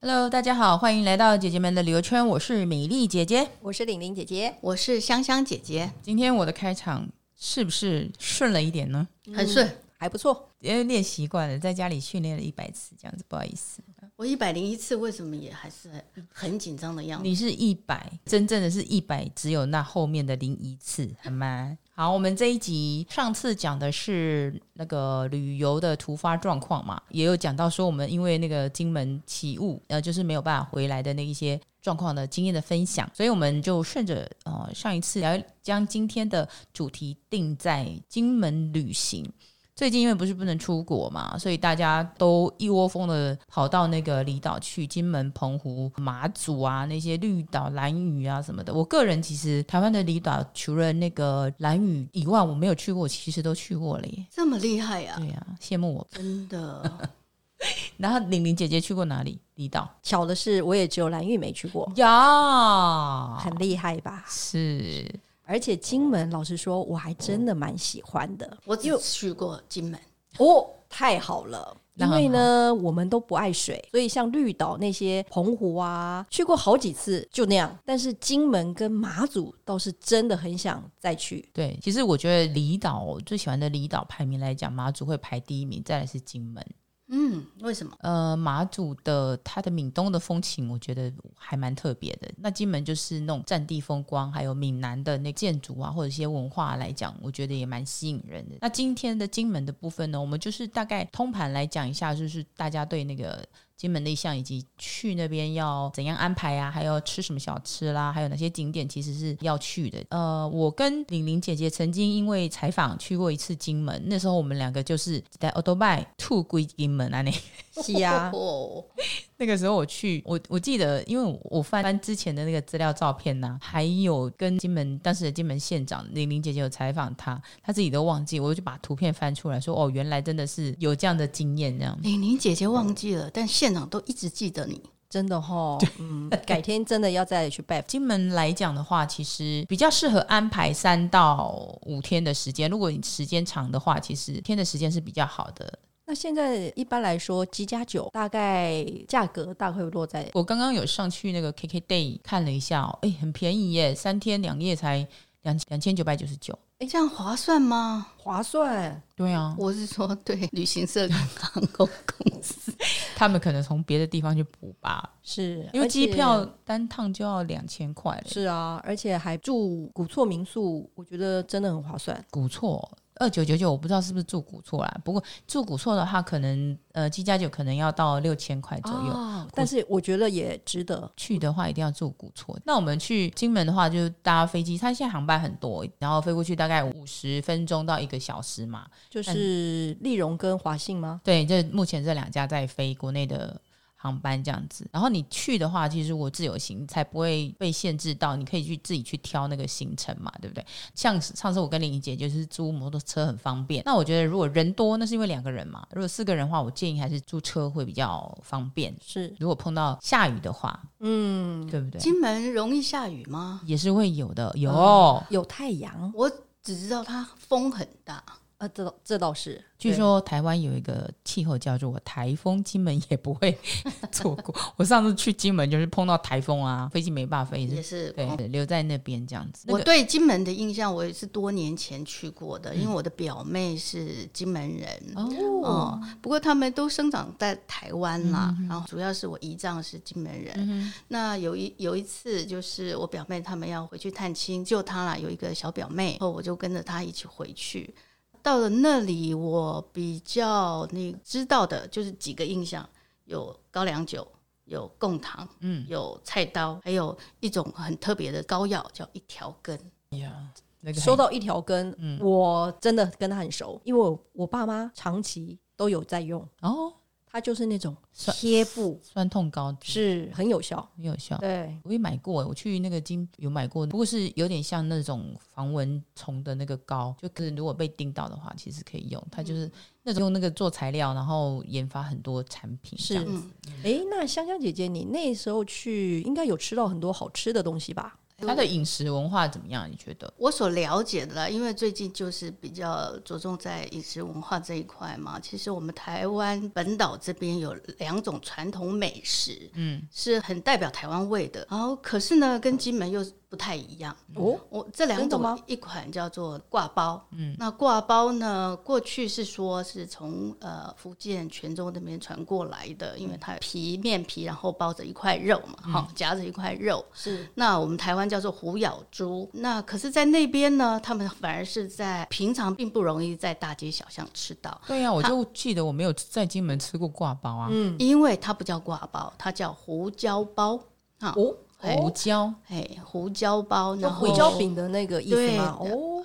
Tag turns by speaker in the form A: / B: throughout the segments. A: Hello，大家好，欢迎来到姐姐们的旅游圈，我是米粒姐姐。
B: 我是玲玲姐姐，
C: 我是香香姐姐，
A: 今天我的开场是不是顺了一点呢？
C: 很顺。
B: 还不错。
A: 因为练习惯了，在家里训练了一百次，这样子不好意思。
C: 我一百零一次，为什么也还是很很紧张的样子？
A: 你是一百，真正的是一百，只有那后面的零一次，好吗？好，我们这一集上次讲的是那个旅游的突发状况嘛，也有讲到说我们因为那个金门起雾，呃，就是没有办法回来的那一些状况的经验的分享，所以我们就顺着呃上一次聊，将今天的主题定在金门旅行。最近因为不是不能出国嘛，所以大家都一窝蜂的跑到那个离岛去，金门、澎湖、马祖啊，那些绿岛、蓝屿啊什么的。我个人其实台湾的离岛除了那个蓝屿以外，我没有去过，我其实都去过了耶。
C: 这么厉害呀、
A: 对呀、羡慕我。
C: 真的，
A: 然后玲玲姐姐去过哪里？离岛
B: 巧的是，我也只有蓝玉没去过，
A: 呀，
B: 很厉害吧？
A: 是
B: 而且金门，老实说，我还真的蛮喜欢的。
C: 我只去过金门。
B: 哦，太好了。
A: 那很
B: 因
A: 好
B: 为呢，我们都不爱水，所以像绿岛那些、澎湖啊，去过好几次，就那样。但是金门跟马祖倒是真的很想再去。
A: 对。其实我觉得离岛我最喜欢的离岛排名来讲，马祖会排第一名，再来是金门。
C: 嗯，为什么？，
A: 呃，马祖的它的闽东的风情，我觉得还蛮特别的。那金门就是那种战地风光，还有闽南的那建筑啊，或者一些文化来讲，我觉得也蛮吸引人的。那今天的金门的部分呢，我们就是大概通盘来讲一下，就是大家对那个金门的意向，以及去那边要怎样安排啊，还有吃什么小吃啦，还有哪些景点其实是要去的。呃，我跟玲玲姐姐曾经因为采访去过一次金门，那时候我们两个就是在 o t o b i 兔归金门啊，那。
B: 是啊
C: 哦，
A: 那个时候我去，我我记得，因为我我翻翻之前的那个资料照片呐、还有跟金门当时的金门县长玲玲姐姐有采访她，她自己都忘记，我就把图片翻出来说，哦，原来真的是有这样的经验，这样
C: 玲玲姐姐忘记了，但县长都一直记得你。
B: 真的哈。嗯，改天真的要再去拜访。
A: 金门来讲的话，其实比较适合安排三到五天的时间。如果你时间长的话，其实天的时间是比较好的。
B: 那现在一般来说，七加九大概价格大概会落在
A: 我刚刚有上去那个 KKday 看了一下、哦，哎，很便宜耶，三天两夜才两两千九百九十九。
C: 哎，这样划算吗？
B: 划算。
A: 对啊，
C: 我是说，对旅行社跟航空公司，
A: 他们可能从别的地方去补吧，
B: 是
A: 因为
B: 而
A: 机
B: 且
A: 票单趟就要两千块了，
B: 是啊，而且还住古厝民宿，我觉得真的很划算。
A: 古厝二九九九，我不知道是不是住古厝啦。不过住古厝的话，可能呃七加九可能要到六千块左右。
B: 哦，但是我觉得也值得。
A: 去的话一定要住古厝。那我们去金门的话，就搭飞机，它现在航班很多，然后飞过去大概五十分钟到一个小时嘛。
B: 嗯就是丽荣跟华信吗？
A: 对，这目前这两家在飞国内的航班这样子。然后你去的话，其实我自由行才不会被限制到，你可以去自己去挑那个行程嘛，对不对？像上次我跟玲玲姐就是租摩托车很方便。那我觉得如果人多，那是因为两个人嘛。如果四个人的话，我建议还是租车会比较方便。
B: 是，
A: 如果碰到下雨的话，
B: 嗯，
A: 对不对？
C: 金门容易下雨吗？
A: 也是会有的，有、
B: 有太阳，
C: 我只知道它风很大，
B: 呃，这倒这倒是。
A: 据
B: 对
A: 说台湾有一个气候叫做台风，金门也不会 错过。我上次去金门就是碰到台风啊，飞机没办法飞，也
C: 也
A: 是
C: 是哦
A: 对留在那边这样子。那
C: 我
A: 个
C: 对金门的印象，我也是多年前去过的，因为我的表妹是金门人。
A: 哦，
C: 哦，不过他们都生长在台湾啦，然后主要是我姨丈是金门人。那有一有一次，就是我表妹他们要回去探亲，就她啦有一个小表妹，然后我就跟着她一起回去。到了那里，我比较那知道的就是几个印象，有高粱酒，有贡糖，
A: 嗯，
C: 有菜刀，还有一种很特别的膏药，叫一条根。
A: 那个
B: 说
A: 很
B: 到一条根，
A: 嗯
B: 我真的跟他很熟，因为我我爸妈长期都有在用，
A: 哦，
B: 它就是那种
A: 酸
B: 贴布，
A: 酸痛膏
B: 是很有效。
A: 很有效。
B: 对，
A: 我也买过，我去那个金有买过，不过是有点像那种防蚊虫的那个膏，就是如果被叮到的话，其实可以用。它就是那种用那个做材料，然后研发很多产品这
B: 是
A: 样。。
C: 嗯，
B: 哎，那香香姐姐，你那时候去应该有吃到很多好吃的东西吧？
C: 哎、
A: 它的饮食文化怎么样？你觉得？
C: 我所了解的啦，因为最近就是比较着重在饮食文化这一块嘛。其实我们台湾本岛这边有两种传统美食，嗯，是很代表台湾味的。然后可是呢，跟金门又不太一样。
B: 哦，
C: 我这两
B: 真的吗
C: 种，一款叫做挂包，嗯，那挂包呢，过去是说是从呃福建泉州那边传过来的，因为它皮面皮，然后包着一块肉嘛，好、夹着一块肉，
B: 是
C: 那我们台湾叫做虎咬猪，那可是，在那边呢，他们反而是在平常并不容易在大街小巷吃到，
A: 对呀、我就记得我没有在金门吃过挂包啊，
B: 嗯
C: 因为它不叫挂包，它叫胡椒包啊，
B: 哦，
C: 哎
A: 胡
B: 哦
A: 椒，
C: 哎，胡椒包，
B: 就
C: 然后
B: 胡椒饼的那个意思吗？
C: 对
B: 哦，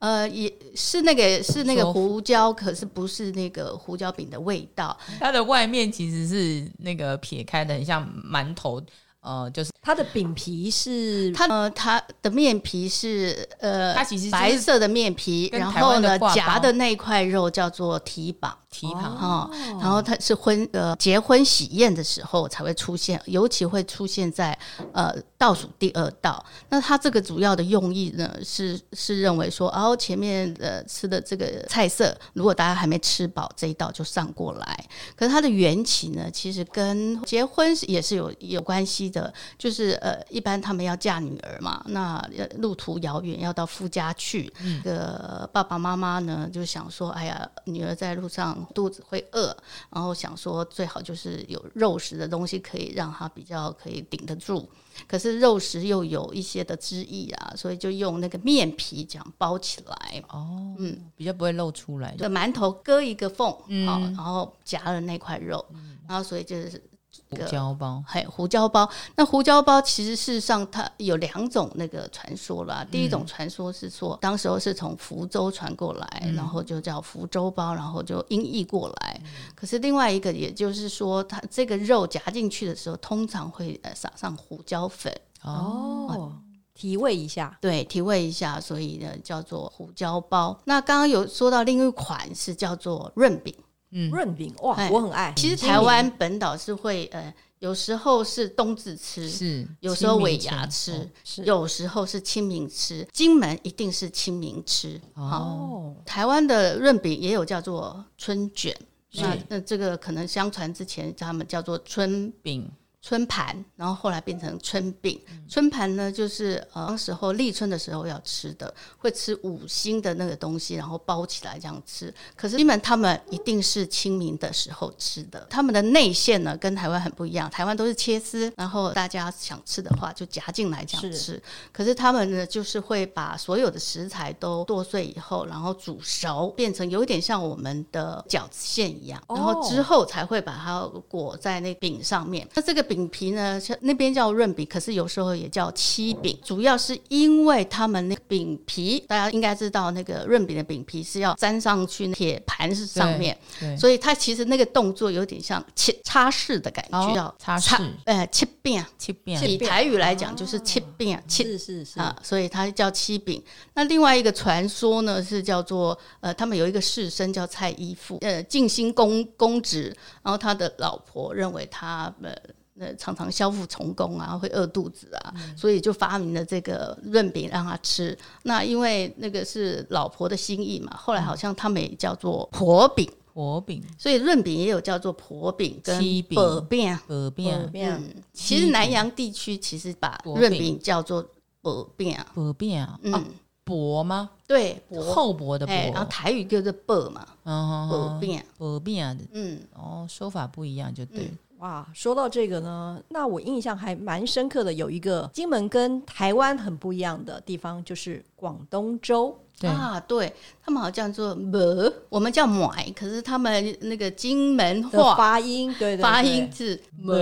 C: 呃，也是那个是那个
A: 说
C: 胡椒，可是不是那个胡椒饼的味道，
A: 它的外面其实是那个撇开的，很像馒头，呃，就是
B: 它的饼皮是
C: 它呃它的面皮是呃
A: 它其实就是
C: 白色的面皮，
A: 跟
C: 然
A: 台
C: 后
A: 湾的
C: 呢
A: 挂包
C: 夹的那一块肉叫做蹄膀。
A: 蹄膀。
C: 哦，然后它是婚呃结婚喜宴的时候才会出现，尤其会出现在呃倒数第二道。那它这个主要的用意呢，是是认为说，哦，前面呃吃的这个菜色，如果大家还没吃饱，这一道就上过来。可是它的缘起呢，其实跟结婚是也是有有关系的，就是呃，一般他们要嫁女儿嘛，那呃路途遥远，要到夫家去，个爸爸妈妈呢就想说，哎呀，女儿在路上肚子会饿，然后想说最好就是有肉食的东西可以让她比较可以顶得住。可是肉食又有一些的汁液啊，所以就用那个面皮这样包起来，
A: 哦，
C: 嗯
A: 比较不会露出来
C: 对，馒头割一个缝，好，然后夹了那块肉，然后所以就是
A: 胡椒包，
C: 还有胡椒包。那胡椒包其实事实上它有两种那个传说啦。第一种
A: 嗯
C: 传说是说，当时候是从福州传过来，
A: 嗯
C: 然后就叫福州包，然后就音译过来。可是另外一个，也就是说，它这个肉夹进去的时候，通常会呃撒上胡椒粉，
B: 哦，提味一下，
C: 对，提味一下，所以呢叫做胡椒包。那刚刚有说到另一款是叫做润饼。
A: 嗯
B: 润饼哇
C: 哎，
B: 我很爱。
C: 其实
B: 精灵
C: 台湾本岛是会呃，有时候是冬至吃，
A: 是
C: 有时候
A: 清明
C: 尾
A: 前哦
C: 牙
A: 后
C: 吃，
B: 是
C: 有时候是清明吃，金门一定是清明吃。好，
B: 哦，
C: 台湾的润饼也有叫做春卷，
A: 是
C: 那那这个可能相传之前他们叫做春
A: 饼，
C: 春盘，然后后来变成春饼。
B: 嗯
C: 春盘呢，就是呃，当时候立春的时候要吃的，会吃五星的那个东西，然后包起来这样吃。可是金门他们一定是清明的时候吃的，他们的内馅呢跟台湾很不一样，台湾都是切丝，然后大家想吃的话就夹进来这样
B: 是
C: 吃。可是他们呢，就是会把所有的食材都剁碎以后，然后煮熟，变成有点像我们的饺子馅一样，然后
B: 哦
C: 之后才会把它裹在那饼上面。那这个饼皮呢，是那边叫润饼，可是有时候也叫漆饼，主要是因为他们那个饼皮，大家应该知道那个润饼的饼皮是要粘上去铁盘是上面，
A: 对，
C: 所以它其实那个动作有点像切擦拭的感
A: 哦
C: 觉，叫
A: 擦拭
C: 呃切饼。
A: 切片哦
C: 以台语来讲就是切饼，切
B: 是是是
C: 啊，所以它叫七饼。那另外一个传说呢，是叫做呃，他们有一个士绅叫蔡依父，呃，尽心公公职，然后他的老婆认为他呃。呃，常常消腹从公啊，会饿肚子啊，
A: 嗯
C: 所以就发明了这个润饼让他吃。那因为那个是老婆的心意嘛，后来
A: 嗯
C: 好像他们也叫做婆饼，
A: 火饼、
C: 所以润饼也有叫做婆饼跟
A: 七饼
C: 薄饼。啊
A: 鹅
B: 嗯
A: 饼、
B: 面
C: 其实南洋地区其实把
A: 薄饼
C: 润饼叫做薄饼，
A: 鹅饼啊，
C: 嗯，
A: 薄吗？
C: 对，薄，
A: 厚薄的薄，
C: 哎，然后台语叫做薄嘛，
A: 嗯
C: 薄
A: 哼，
C: 饼，
A: 鹅饼啊，
C: 嗯，
A: 哦，说法不一样就对了，
B: 哇，说到这个呢，那我印象还蛮深刻的，有一个金门跟台湾很不一样的地方，就是广东粥。
A: 对，
C: 啊，对他们好像叫做馍，我们叫买，可是他们那个金门
B: 的
C: 话
B: 发音，对对对
C: 发音是馍，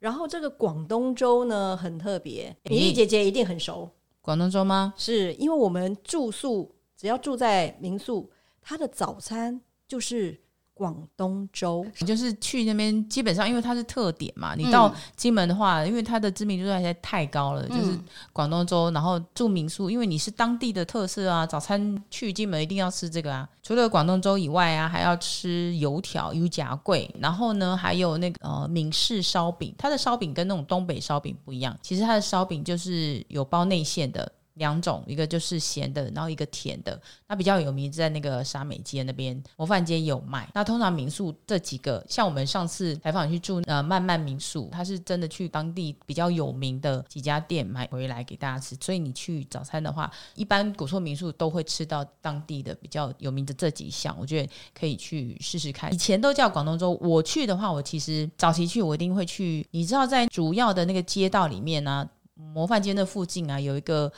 B: 然后这个广东粥呢很特别，
C: 哎
A: 米
B: 米
A: 粒
B: 粒姐姐一定很熟，
A: 广东粥吗？
B: 是因为我们住宿只要住在民宿，它的早餐就是广东粥。
A: 就是去那边，基本上因为它是特点嘛，你到
C: 嗯
A: 金门的话，因为它的知名度实在太高了，就是
C: 嗯
A: 广东粥，然后住民宿，因为你是当地的特色啊，早餐去金门一定要吃这个啊。除了广东粥以外啊，还要吃油条、油夹桂，然后呢，还有那个呃闽式烧饼，它的烧饼跟那种东北烧饼不一样，其实它的烧饼就是有包内馅的。两种，一个就是咸的，然后一个甜的。那比较有名在那个沙美街那边，模范街也有卖。那通常民宿这几个，像我们上次采访去住呃慢慢民宿，它是真的去当地比较有名的几家店买回来给大家吃。所以你去早餐的话，一般古厝民宿都会吃到当地的比较有名的这几项，我觉得可以去试试看。以前都叫广东粥，我去的话，我其实早期去我一定会去，你知道在主要的那个街道里面呢、模范街那附近啊，有一个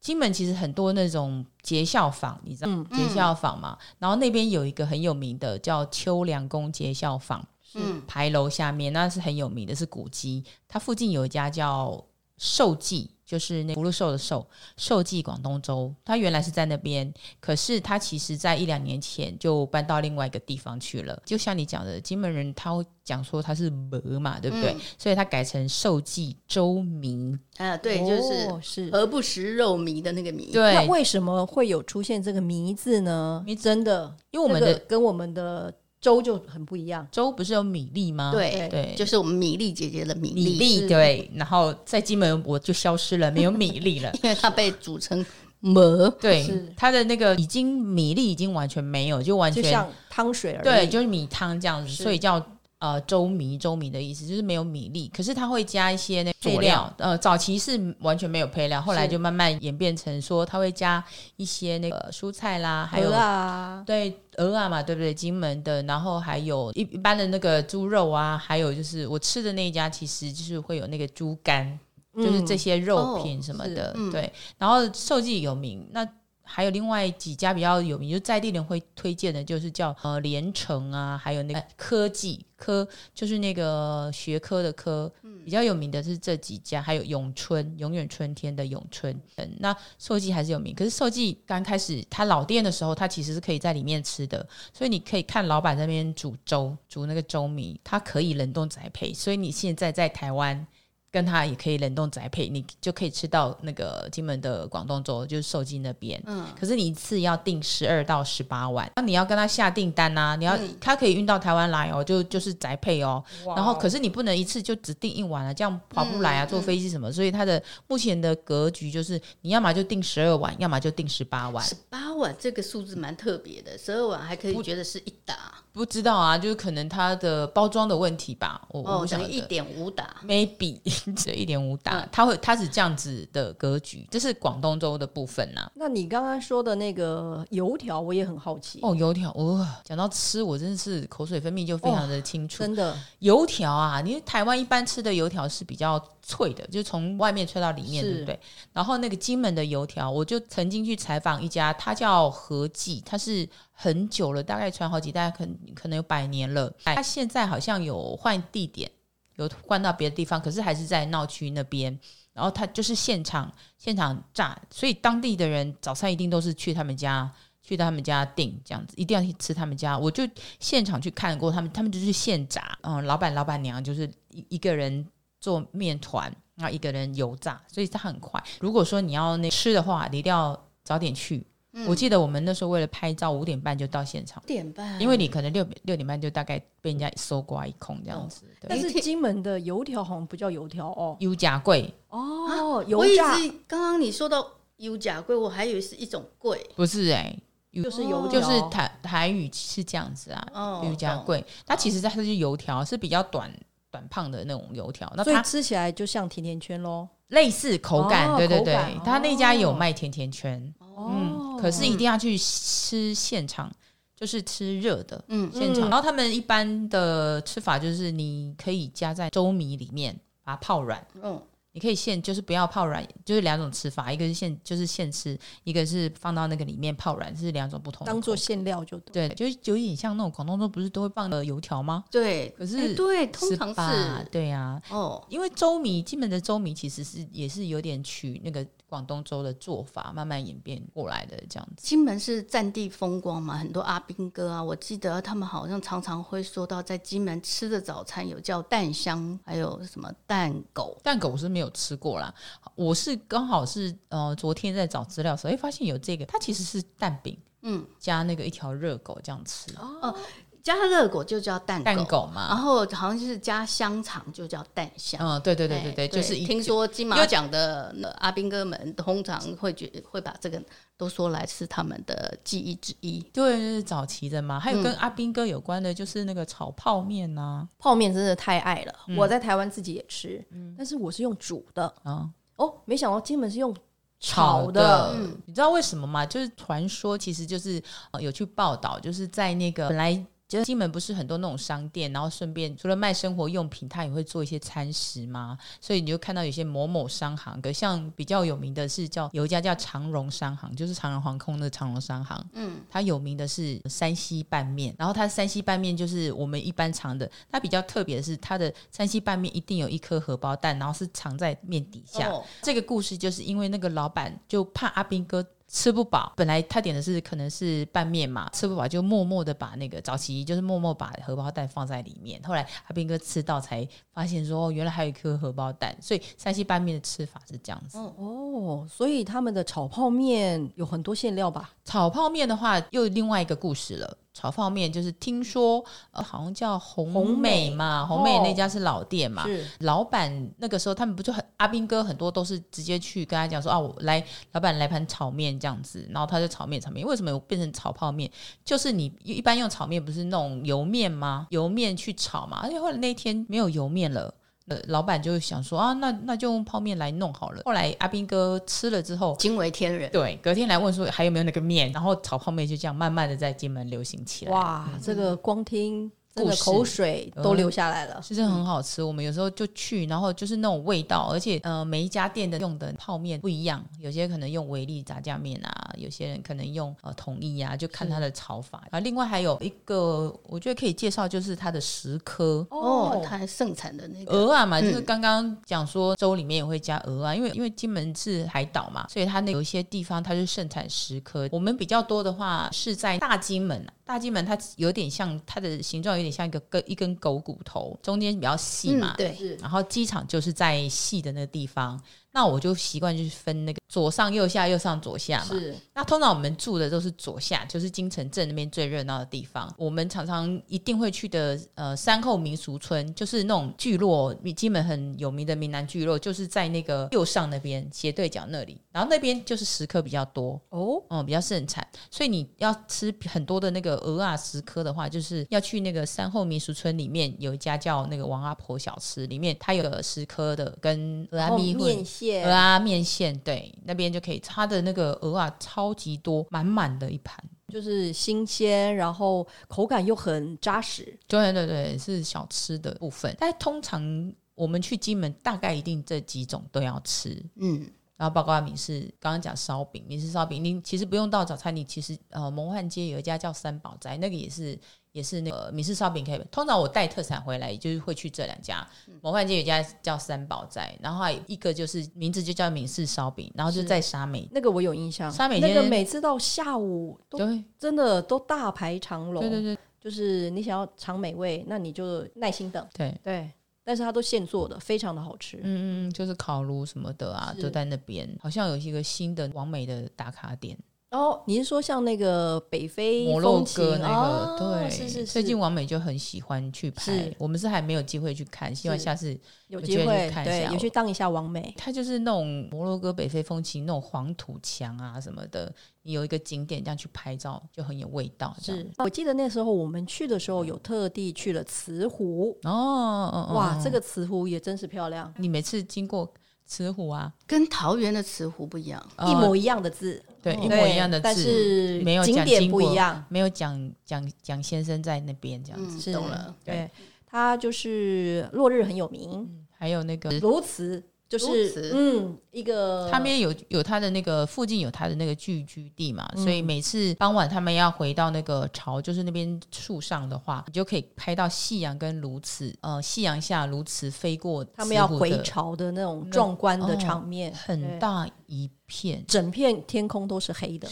A: 金门其实很多那种结校坊，你知道
B: 嗯
A: 结校坊嘛？然后那边有一个很有名的叫秋良宫结校坊，
C: 嗯
A: 牌楼下面那是很有名的，是古迹。它附近有一家叫寿记，就是那福禄寿的寿，寿记广东粥。它原来是在那边，可是它其实在一两年前就搬到另外一个地方去了。就像你讲的，金门人他会讲说他是鹅嘛，对不对？
C: 嗯
A: 所以他改成寿记粥民。
C: 啊，对，就是
B: 哦是
C: 而不食肉糜的那个糜。
A: 对
B: 那，为什么会有出现这个“迷”字呢？
A: 迷
B: 真的，
A: 因为我们的
B: 这个跟我们的粥就很不一样。
A: 粥不是有米粒吗？
C: 对
A: 啊对，
C: 就是我们米粒姐姐的米粒，
A: 米粒对。然后在金门我就消失了，没有米粒了。
C: 因为它被煮成馍。
A: 对
B: 是，
A: 它的那个已经米粒已经完全没有，就完
B: 就
A: 全
B: 像汤水而已。
A: 对，就是米汤这样子，
B: 是
A: 所以叫呃粥米，粥米的意思就是没有米粒，可是它会加一些那
B: 配
A: 佐料
B: 料，
A: 呃，早期是完全没有配料，后来
B: 是
A: 就慢慢演变成说它会加一些那个呃蔬菜啦，还有
B: 鹅啊，
A: 对，鹅啊嘛，对不对？金门的，然后还有一一般的那个猪肉啊，还有就是我吃的那一家，其实就是会有那个猪肝，就是这
B: 嗯
A: 些肉品什么的，
C: 嗯
A: 对。然后寿记有名，那还有另外几家比较有名，就在地人会推荐的，就是叫呃连城啊，还有那个科技科，就是那个学科的科，比较有名的是这几家，还有永春，永远春天的永春。嗯，那寿记还是有名，可是寿记刚开始它老店的时候，它其实是可以在里面吃的，所以你可以看老板在那边煮粥，煮那个粥米，它可以冷冻宅配，所以你现在在台湾。跟它也可以冷冻宅配，你就可以吃到那个金门的广东粥，就是寿记那边。
C: 嗯，
A: 可是你一次要订十二到十八万，那你要跟他下订单啊，你要、
C: 嗯
A: 他可以运到台湾来哦，就就是宅配哦。然后可是你不能一次就只订一晚啊，这样划不来啊，
C: 嗯
A: 坐飞机什么。所以它的目前的格局就是，你要么就订十二碗，要么就订十八碗。
C: 十八碗这个数字蛮特别的，十二碗还可以觉得是一打
A: 不知道啊，就是可能它的包装的问题吧，我、我
C: 哦
A: 不，晓
C: 等
A: 得。
C: 于一点五打。
A: maybe 这一点五打
C: 嗯，
A: 它会它是这样子的格局，这是广东粥的部分啊呐、
B: 那你刚刚说的那个油条，我也很好奇，
A: 哦，油条，哦，讲到吃，我真的是口水分泌就非常的清楚。
B: 真的
A: 油条啊，因为台湾一般吃的油条是比较脆的，就从外面脆到里面，
B: 是
A: 对不对？然后那个金门的油条，我就曾经去采访一家，它叫和记，它是很久了，大概传好几代，可能可能有百年了。它现在好像有换地点，有换到别的地方，可是还是在闹区那边。然后它就是现场现场炸，所以当地的人早餐一定都是去他们家。去他们家订这样子，一定要去吃他们家。我就现场去看过他们，他们就是现炸，嗯，老板老板娘就是一一个人做面团，然后一个人油炸，所以它很快。如果说你要那吃的话，你一定要早点去。我记得我们那时候为了拍照，五点半就到现场，
C: 五点半，
A: 因为你可能六六点半就大概被人家搜刮一空这样子。对
B: 但
C: 哎
B: 是
C: 听
B: 金门的油条好像不叫油条哦，
A: 油炸贵
B: 哦，油
C: 我一
B: 炸
C: 直刚刚你说到油炸贵，我还以为是一种贵
A: 不是哎、
B: 就是油条，
A: 就是台台语是这样子啊，
C: 哦，
A: 油炸
C: 懂。
A: 贵。它其实它是油条，是比较短短胖的那种油条，那
B: 所
A: 它
B: 以吃起来就像甜甜圈喽。
A: 类似口感，
B: 哦
A: 对对
B: 口
A: 对
B: 感，
A: 他那家有
B: 哦
A: 卖甜甜圈，嗯，
B: 哦
A: 可是一定要去吃现场，就是吃热的
C: 嗯，
A: 现场。
B: 嗯
A: 然后他们一般的吃法就是，你可以加在粥米里面把它泡软，
C: 嗯，
A: 你可以现就是不要泡软，就是两种吃法，一个是现就是现吃，一个是放到那个里面泡软，是两种不同的
B: 当做
A: 口
B: 馅料就对。
A: 对，就是有点像那种广东粥，不是都会放的油条吗？
C: 对，
A: 可是
C: 哎对，通常
A: 吧
C: 是
A: 对啊，
C: 哦，
A: 因为粥米，基本的粥米其实是也是有点取那个广东粥的做法慢慢演变过来的这样子。
C: 金门是战地风光嘛，很多阿兵哥啊，我记得他们好像常常会说到，在金门吃的早餐有叫蛋香，还有什么蛋狗。
A: 蛋狗我是没有吃过啦，我是刚好是呃昨天在找资料的时候，哎发现有这个，它其实是蛋饼
C: 嗯，
A: 加那个一条热狗这样吃，
B: 哦嗯
C: 加热狗就叫蛋哦
A: 蛋狗啊嘛，
C: 然后好像是加香肠就叫蛋香。
A: 嗯对对对对
C: 哎
A: 对，就是一
C: 听说金马奖的呃阿兵哥们通常会觉会把这个都说来是他们的记忆之一。
A: 对，就是早期的嘛，还有跟
C: 嗯
A: 阿兵哥有关的，就是那个炒泡面啊呐、
B: 泡面真的太爱了，
A: 嗯
B: 我在台湾自己也吃，但是我是用煮的
A: 啊，
B: 哦，没想到金门是用
A: 炒
B: 炒
A: 的
B: 的，
C: 嗯
A: 你知道为什么吗？就是传说，其实就是、呃、有去报道，就是在那个本来。就是金门不是很多那种商店，然后顺便除了卖生活用品，它也会做一些餐食嘛，所以你就看到有些某某商行，可像比较有名的是叫有一家叫长荣商行，就是长荣航空的长荣商行，
C: 嗯，
A: 它有名的是山西拌面，然后它山西拌面就是我们一般常的，它比较特别的是它的山西拌面一定有一颗荷包蛋，然后是藏在面底下。
C: 哦
A: 这个故事就是因为那个老板就怕阿兵哥。吃不饱，本来他点的是可能是拌面嘛，吃不饱就默默的把那个早期就是默默把荷包蛋放在里面，后来阿兵哥吃到才发现说哦，原来还有一颗荷包蛋，所以山西拌面的吃法是这样子。
B: 哦，所以他们的炒泡面有很多馅料吧？
A: 炒泡面的话，又另外一个故事了。炒泡面就是听说，呃，好像叫红
B: 红
A: 美
B: 美
A: 嘛，
B: 哦
A: 红美那家是老店嘛。
B: 是
A: 老板那个时候他们不就很阿兵哥很多都是直接去跟他讲说啊，我来老板来盘炒面这样子，然后他就炒面炒面。为什么变成炒泡面？就是你一般用炒面不是那种油面吗？油面去炒嘛，而且后来那天没有油面了。呃，老板就想说啊，那那就用泡面来弄好了。后来阿兵哥吃了之后，
C: 惊为天人。
A: 对，隔天来问说还有没有那个面，然后炒泡面就这样慢慢的在金门流行起来。哇，
B: 哇，这个光听真
A: 故
B: 的
A: 事嗯
B: 口水都流下来了。
A: 是真的很好吃。我们有时候就去，然后就是那种味道，而且呃每一家店的用的泡面不一样，有些可能用维力炸酱面啊，有些人可能用呃统一啊，就看它的炒法。啊，另外还有一个我觉得可以介绍就是它的食科。
C: 哦，他盛产的那个
A: 鹅啊嘛，
C: 嗯
A: 就是刚刚讲说粥里面也会加鹅啊，因为因为金门是海岛嘛，所以它那有一些地方它是盛产石科。我们比较多的话是在大金门啊，大金门它有点像它的形状有点像一个根一根狗骨头，中间比较细嘛，
C: 嗯，对，
B: 是
A: 然后机场就是在细的那个地方，那我就习惯就是分那个左上右下右上左下嘛，
B: 是
A: 那通常我们住的都是左下，就是金城镇那边最热闹的地方。我们常常一定会去的，呃，山后民俗村，就是那种聚落，金门很有名的闽南聚落，就是在那个右上那边斜对角那里。然后那边就是食客比较多，
B: 哦，
A: 嗯，比较盛产。所以你要吃很多的那个鹅啊食客的话，就是要去那个山后民俗村里面有一家叫那个王阿婆小吃，里面它有个食客的跟鹅啊
B: 哦
A: 咪混
B: 面线
A: 鹅啊面线，对，那边就可以，它的那个鹅啊超级多，满满的一盘。
B: 就是新鲜，然后口感又很扎实。
A: 对对对，是小吃的部分。但通常我们去金门，大概一定这几种都要吃。
C: 嗯，
A: 然后包括闽式，刚刚讲烧饼，闽式烧饼，你其实不用到早餐，你其实呃，蒙汉街有一家叫三宝斋，那个也是也是那个闽式烧饼可以。通常我带特产回来，就是会去这两家，
B: 嗯
A: 蒙汉街有一家叫三宝斋，然后还有一个就是名字就叫闽式烧饼，然后就是在沙美，
B: 那个我有印象，
A: 沙美
B: 那个
A: 街
B: 每次到下午都
A: 对
B: 真的都大排长龙。
A: 对对对
B: 就是你想要尝美味，那你就耐心等。
A: 对。
B: 对，但是它都现做的，非常的好吃。
A: 嗯嗯，嗯，就是烤炉什么的啊，
B: 是
A: 都在那边。好像有一个新的完美的打卡点，
B: 然后你是哦说像那个北非
A: 摩洛
B: 风情
A: 哥那个，
B: 哦
A: 对，
B: 是是是，
A: 最近完美就很喜欢去拍
B: 是。
A: 我们是还没有机会去看，希望
B: 是
A: 下次
B: 有
A: 我
B: 机
A: 觉得
B: 会
A: 去看一
B: 对
A: 下
B: 有
A: 我
B: 去当一下王美。
A: 它就是那种摩洛哥北非风情那种黄土墙啊什么的，你有一个景点这样去拍照就很有味道。这样
B: 是，我记得那时候我们去的时候，有特地去了慈湖，
A: 哦哦，哦
B: 哇，
A: 哦
B: 这个慈湖也真是漂亮，
A: 你每次经过慈湖啊，
C: 跟桃园的慈湖不一样。
A: 呃
B: 一模一样的字，
A: 对
B: 对
A: 一模一样的
B: 但
A: 字，
B: 是
A: 没有
B: 景
A: 讲
B: 点
A: 经
B: 不
A: 过
B: 一样，
A: 没有蒋蒋蒋先生在那边这样子。
C: 嗯
B: 是，
C: 懂了。
A: 对
B: 对，它就是落日很有名，
A: 还有那个
B: 鸬鹚就
C: 诸
B: 是
C: 子
B: 嗯一个
A: 他们也有有他的那个附近有他的那个聚居地嘛，所以每次傍晚他们要回到那个巢，就是那边树上的话，你就可以拍到夕阳跟鸬鹚，呃，夕阳下鸬鹚飞过，
B: 他们要回，巢的那种壮观的场面，
A: 哦很
B: 对，
A: 大一片，
B: 整片天空都是黑的。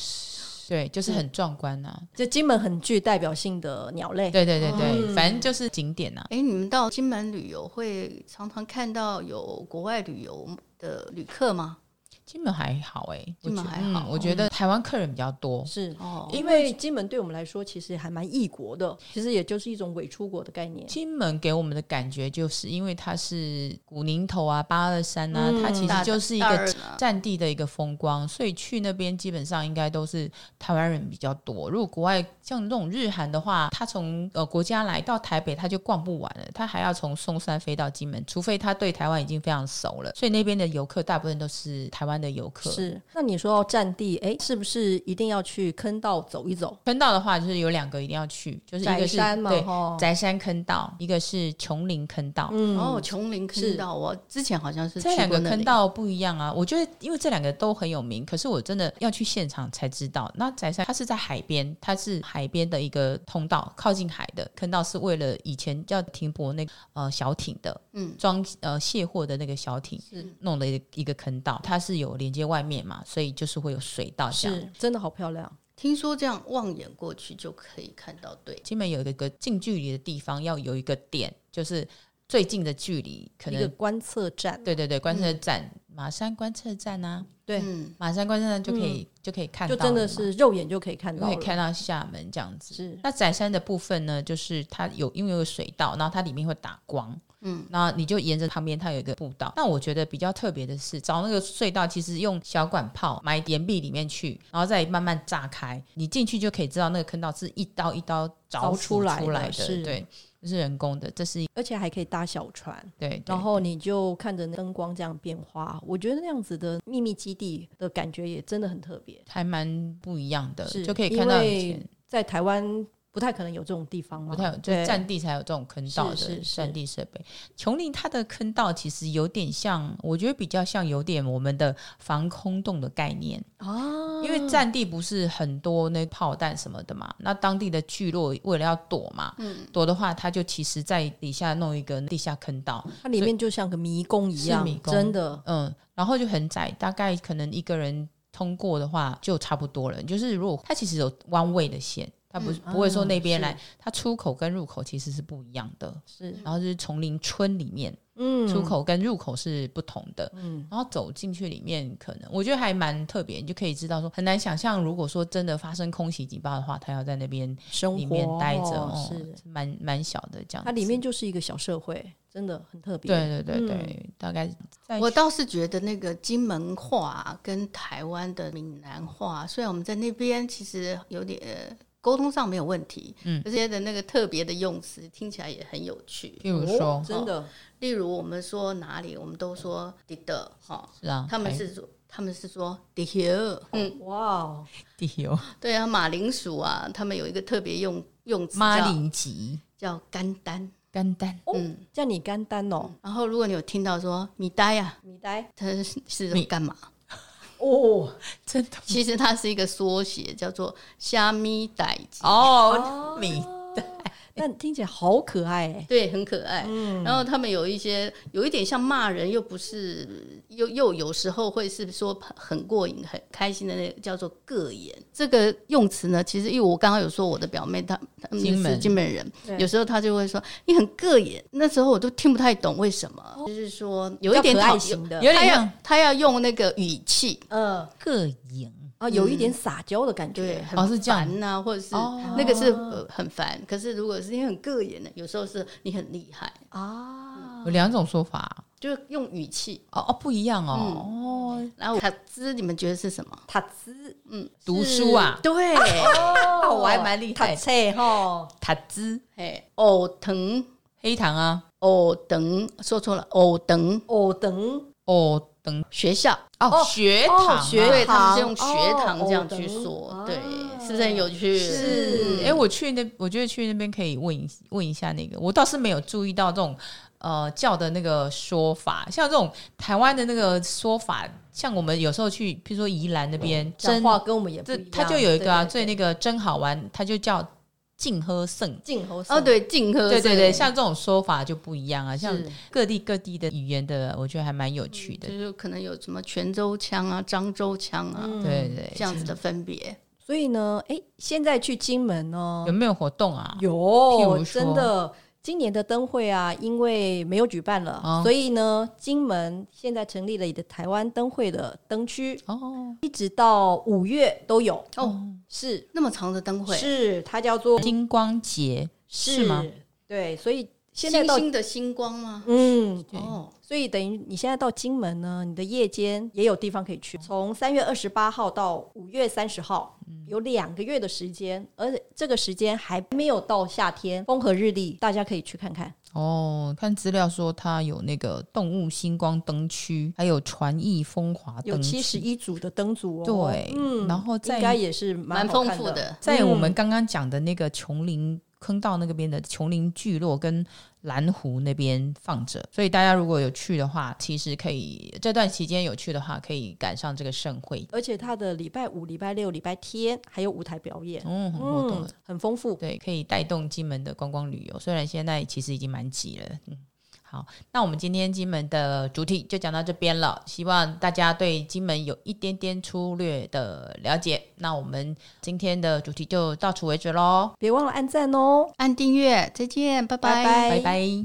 A: 对，就是很壮观呐、
B: 这金门很具代表性的鸟类，
A: 对对对对，反正就是景点啊呐、
C: 哎，你们到金门旅游会常常看到有国外旅游的旅客吗？
A: 金门还好哎、我
C: 金门
A: 觉
C: 还好
A: 嗯我觉得台湾客人比较多，
B: 是
C: 哦，
B: 因为金门对我们来说其实还蛮异国的，其实也就是一种伪出国的概念。
A: 金门给我们的感觉就是因为它是古宁头啊、八二三啊，
B: 嗯
A: 它其
C: 大
A: 实就是一
C: 大
A: 个
C: 二呢
A: 战地的一个风光，所以去那边基本上应该都是台湾人比较多。如果国外像这种日韩的话，他从呃国家来到台北，他就逛不完了，他还要从松山飞到金门，除非他对台湾已经非常熟了。所以那边的游客大部分都是台湾的游客。
B: 是，那你说到战地，哎，是不是一定要去坑道走一走？
A: 坑道的话，就是有两个一定要去，就是一
B: 宅
A: 个是
B: 山嘛，
A: 对
B: 哈，
A: 宅山坑道，一个是琼林坑道。
B: 嗯，
C: 哦，琼林坑道，我之前好像是
A: 这
C: 去
A: 两
C: 过
A: 个
C: 那
A: 坑
C: 里。
A: 道不一样啊，我觉得因为这两个都很有名，可是我真的要去现场才知道。那宅山它是在海边，它是海边的一个通道，靠近海的坑道是为了以前要停泊那呃小艇的，
C: 嗯，
A: 装呃卸货的那个小艇
B: 是
A: 弄的一个一个坑道，它是有连接外面嘛，所以就是会有水道这样。
B: 是真的好漂亮，
C: 听说这样望眼过去就可以看到，对，
A: 金门有一个近距离的地方，要有一个点，就是最近的距离，可
B: 一个
A: 能
B: 观测站，
A: 对对对，观测站、马山观测站啊，
B: 对
C: 嗯，
A: 马山观测站就可以、就可以看到
B: 嗯就
A: 了嘛，
B: 真的是肉眼就可以看
A: 就
B: 到
A: 可以
B: 了，
A: 看到厦门这样子。
B: 是
A: 那宰山的部分呢，就是它有因为有水道，然后它里面会打光，嗯，然后你就沿着旁边它有一个步道。那我觉得比较特别的是，找那个隧道其实用小管炮埋岩壁里面去，然后再慢慢炸开，你进去就可以知道那个坑道是一刀一刀凿出
B: 凿出来的
A: 出来
B: 是
A: 对，就是人工的，这是
B: 而且还可以搭小船。
A: 对，对
B: 然后你就看着那灯光这样变化，我觉得那样子的秘密基地的感觉也真的很特别，
A: 还蛮不一样的，
B: 是
A: 呃就可以看到以
B: 因
A: 前
B: 为在台湾不太可能有这种地方嘛，
A: 不太有，就
B: 对
A: 是占地才有这种坑道
B: 是
A: 的
B: 是是
A: 占地设备。琼林它的坑道其实有点像，我觉得比较像有点我们的防空洞的概念，
B: 啊，
A: 因为占地不是很多那炮弹什么的嘛，那当地的聚落为了要躲嘛，
B: 嗯
A: 躲的话，它就其实在底下弄一个地下坑道，
B: 它里面就像个迷宫一
A: 是
B: 样
A: 迷，宫
B: 真的
A: 嗯，然后就很窄，大概可能一个人通过的话就差不多了。就是如果它其实有弯位的线，它不、是
B: 嗯
A: 不会说那边来，它出口跟入口其实是不一样的。
B: 啊是
A: 然后就是丛林村里面，
B: 嗯
A: 出口跟入口是不同的。
B: 嗯
A: 然后走进去里面，可能我觉得还蛮特别，你就可以知道说，很难想象，如果说真的发生空袭警报的话，他要在那边
B: 生活
A: 里面待着，哦，
B: 是
A: 蛮蛮小的这样子。
B: 它里面就是一个小社会，真的很特别，
A: 对对对对，
B: 嗯
A: 大概在
C: 我倒是觉得那个金门话跟台湾的闽南话，虽然我们在那边其实有点呃沟通上没有问题，嗯，可是的那个特别的用词听起来也很有趣。
A: 譬如
B: 哦
A: 说，
B: 真的
C: 例如我们说哪里，我们都说 d 的哈，
A: 是啊，
C: 他们是说他们是说 d here，嗯，
B: 哇哦，
A: 地有
C: 对啊，马铃薯啊，他们有一个特别用用词
A: 马
C: 叫
A: 林吉
C: 叫干丹，
A: 干丹
C: 嗯，
B: 叫哦你干单哦，
C: 然后如果你有听到说米呆呀、
A: 嗯
B: 米呆
C: 它是是
A: 米
C: 干嘛？
B: 哦
A: 真的
C: 其实它是一个缩写，叫做虾米傣鸡，
A: 哦，米
B: 但听起来好可爱哎，
C: 对，很可爱。
A: 嗯
C: 然后他们有一些有一点像骂人，又不是又又有时候会是说很过瘾、很开心的那个叫做膈眼。这个用词呢，其实因为我刚刚有说我的表妹她她们
A: 金门
C: 是金门人
B: 对，
C: 有时候她就会说你很膈眼，那时候我都听不太懂为什么，就是说有一
B: 哦比较
C: 点
B: 可
C: 讨
B: 爱型的
A: 有
C: 她
A: 点
C: 要
A: 像
C: 她要用那个语气。
B: 嗯。
A: 各影
B: 啊，有
A: 嗯
B: 一点撒娇的感
C: 对，
B: 觉。
C: 很
A: 哦是这样
C: 烦呐、或者是、
A: 哦
C: 那个是、呃、很烦。可是如果是你很膈应的，有时候是你很厉害，
B: 啊，
A: 有两种说法啊
C: 就是用语气。
A: 哦哦，不一样哦、
B: 嗯
A: 哦，
C: 然后卡兹，你们觉得是什么？
B: 塔兹
A: 读书啊，
B: 对，
A: 哦
B: 哦
A: 我还蛮厉害
B: 塔菜哈，
A: 塔兹
C: 嘿，藕藤，
A: 黑糖啊，
C: 藕藤，说错了，藕藤
B: 哦等
A: 哦等
C: 学校。
A: 哦学堂、啊
B: 哦学
C: 对，他们
B: 堂
C: 是用学堂这样去
B: 哦
C: 说，
B: 藕藤
C: 对
B: 啊，
C: 是不是很有趣？
A: 是，哎、我去那，我觉得去那边可以问一问一下那个，我倒是没有注意到这种呃教的那个说法，像这种台湾的那个说法，像我们有时候去，譬如说宜兰那边
B: 嗯讲
A: 真，
B: 话跟我们也不一
A: 这
B: 样。
A: 它就有一个啊，
B: 对
A: 最那
B: 对
A: 个真好玩，它就叫静喝胜。
B: 进喉
C: 哦，对，静喝
A: 对对对，
C: 水
A: 像这种说法就不一样啊，像
C: 是
A: 各地各地的语言的，我觉得还蛮有趣的
C: 就。是可能有什么泉州腔啊、漳州腔啊、
B: 嗯
A: 对对，
C: 这样子的分别。
B: 所以呢，哎，现在去金门呢
A: 有，没有活动啊？
B: 有
A: 如说
B: 真的。今年的灯会啊，因为没有举办了，
A: 哦
B: 所以呢，金门现在成立了一个台湾灯会的灯区，
A: 哦，
B: 一直到五月都有。
C: 哦，
B: 是
C: 那么长的灯会，
B: 是，它叫做
A: 金光节
B: 是
A: 吗？？
B: 对，所以现在
C: 星
B: 到
C: 星的星光吗？
B: 嗯，
A: 对
C: 哦，
B: 所以等于你现在到金门呢，你的夜间也有地方可以去。从三月二十八号到五月三十号，
A: 嗯
B: 有两个月的时间，而且这个时间还没有到夏天，风和日丽，大家可以去看看。
A: 哦，看资料说它有那个动物星光灯区，还有传艺风华
B: 有
A: 灯区，
B: 七十一组的灯组哦，
A: 对然后再
B: 应该也是蛮
C: 蛮
B: 好
C: 丰
B: 看
C: 富
B: 的。
C: 的。
A: 在我们刚刚讲的那个琼林坑道那个边的琼林聚落跟蓝湖那边放着，所以大家如果有去的话，其实可以这段期间有去的话，可以赶上这个盛会。
B: 而且它的礼拜五、礼拜六、礼拜天还有舞台表演，
A: 嗯，很活动
B: 嗯
A: 的，，
B: 很丰富。
A: 对，可以带动金门的观光旅游。虽然现在其实已经蛮挤了，嗯。好，那我们今天金门的主题就讲到这边了，希望大家对金门有一点点粗略的了解。那我们今天的主题就到此为止喽，
B: 别忘了按赞哦，
C: 按订阅，再见，拜
B: 拜
A: 拜拜。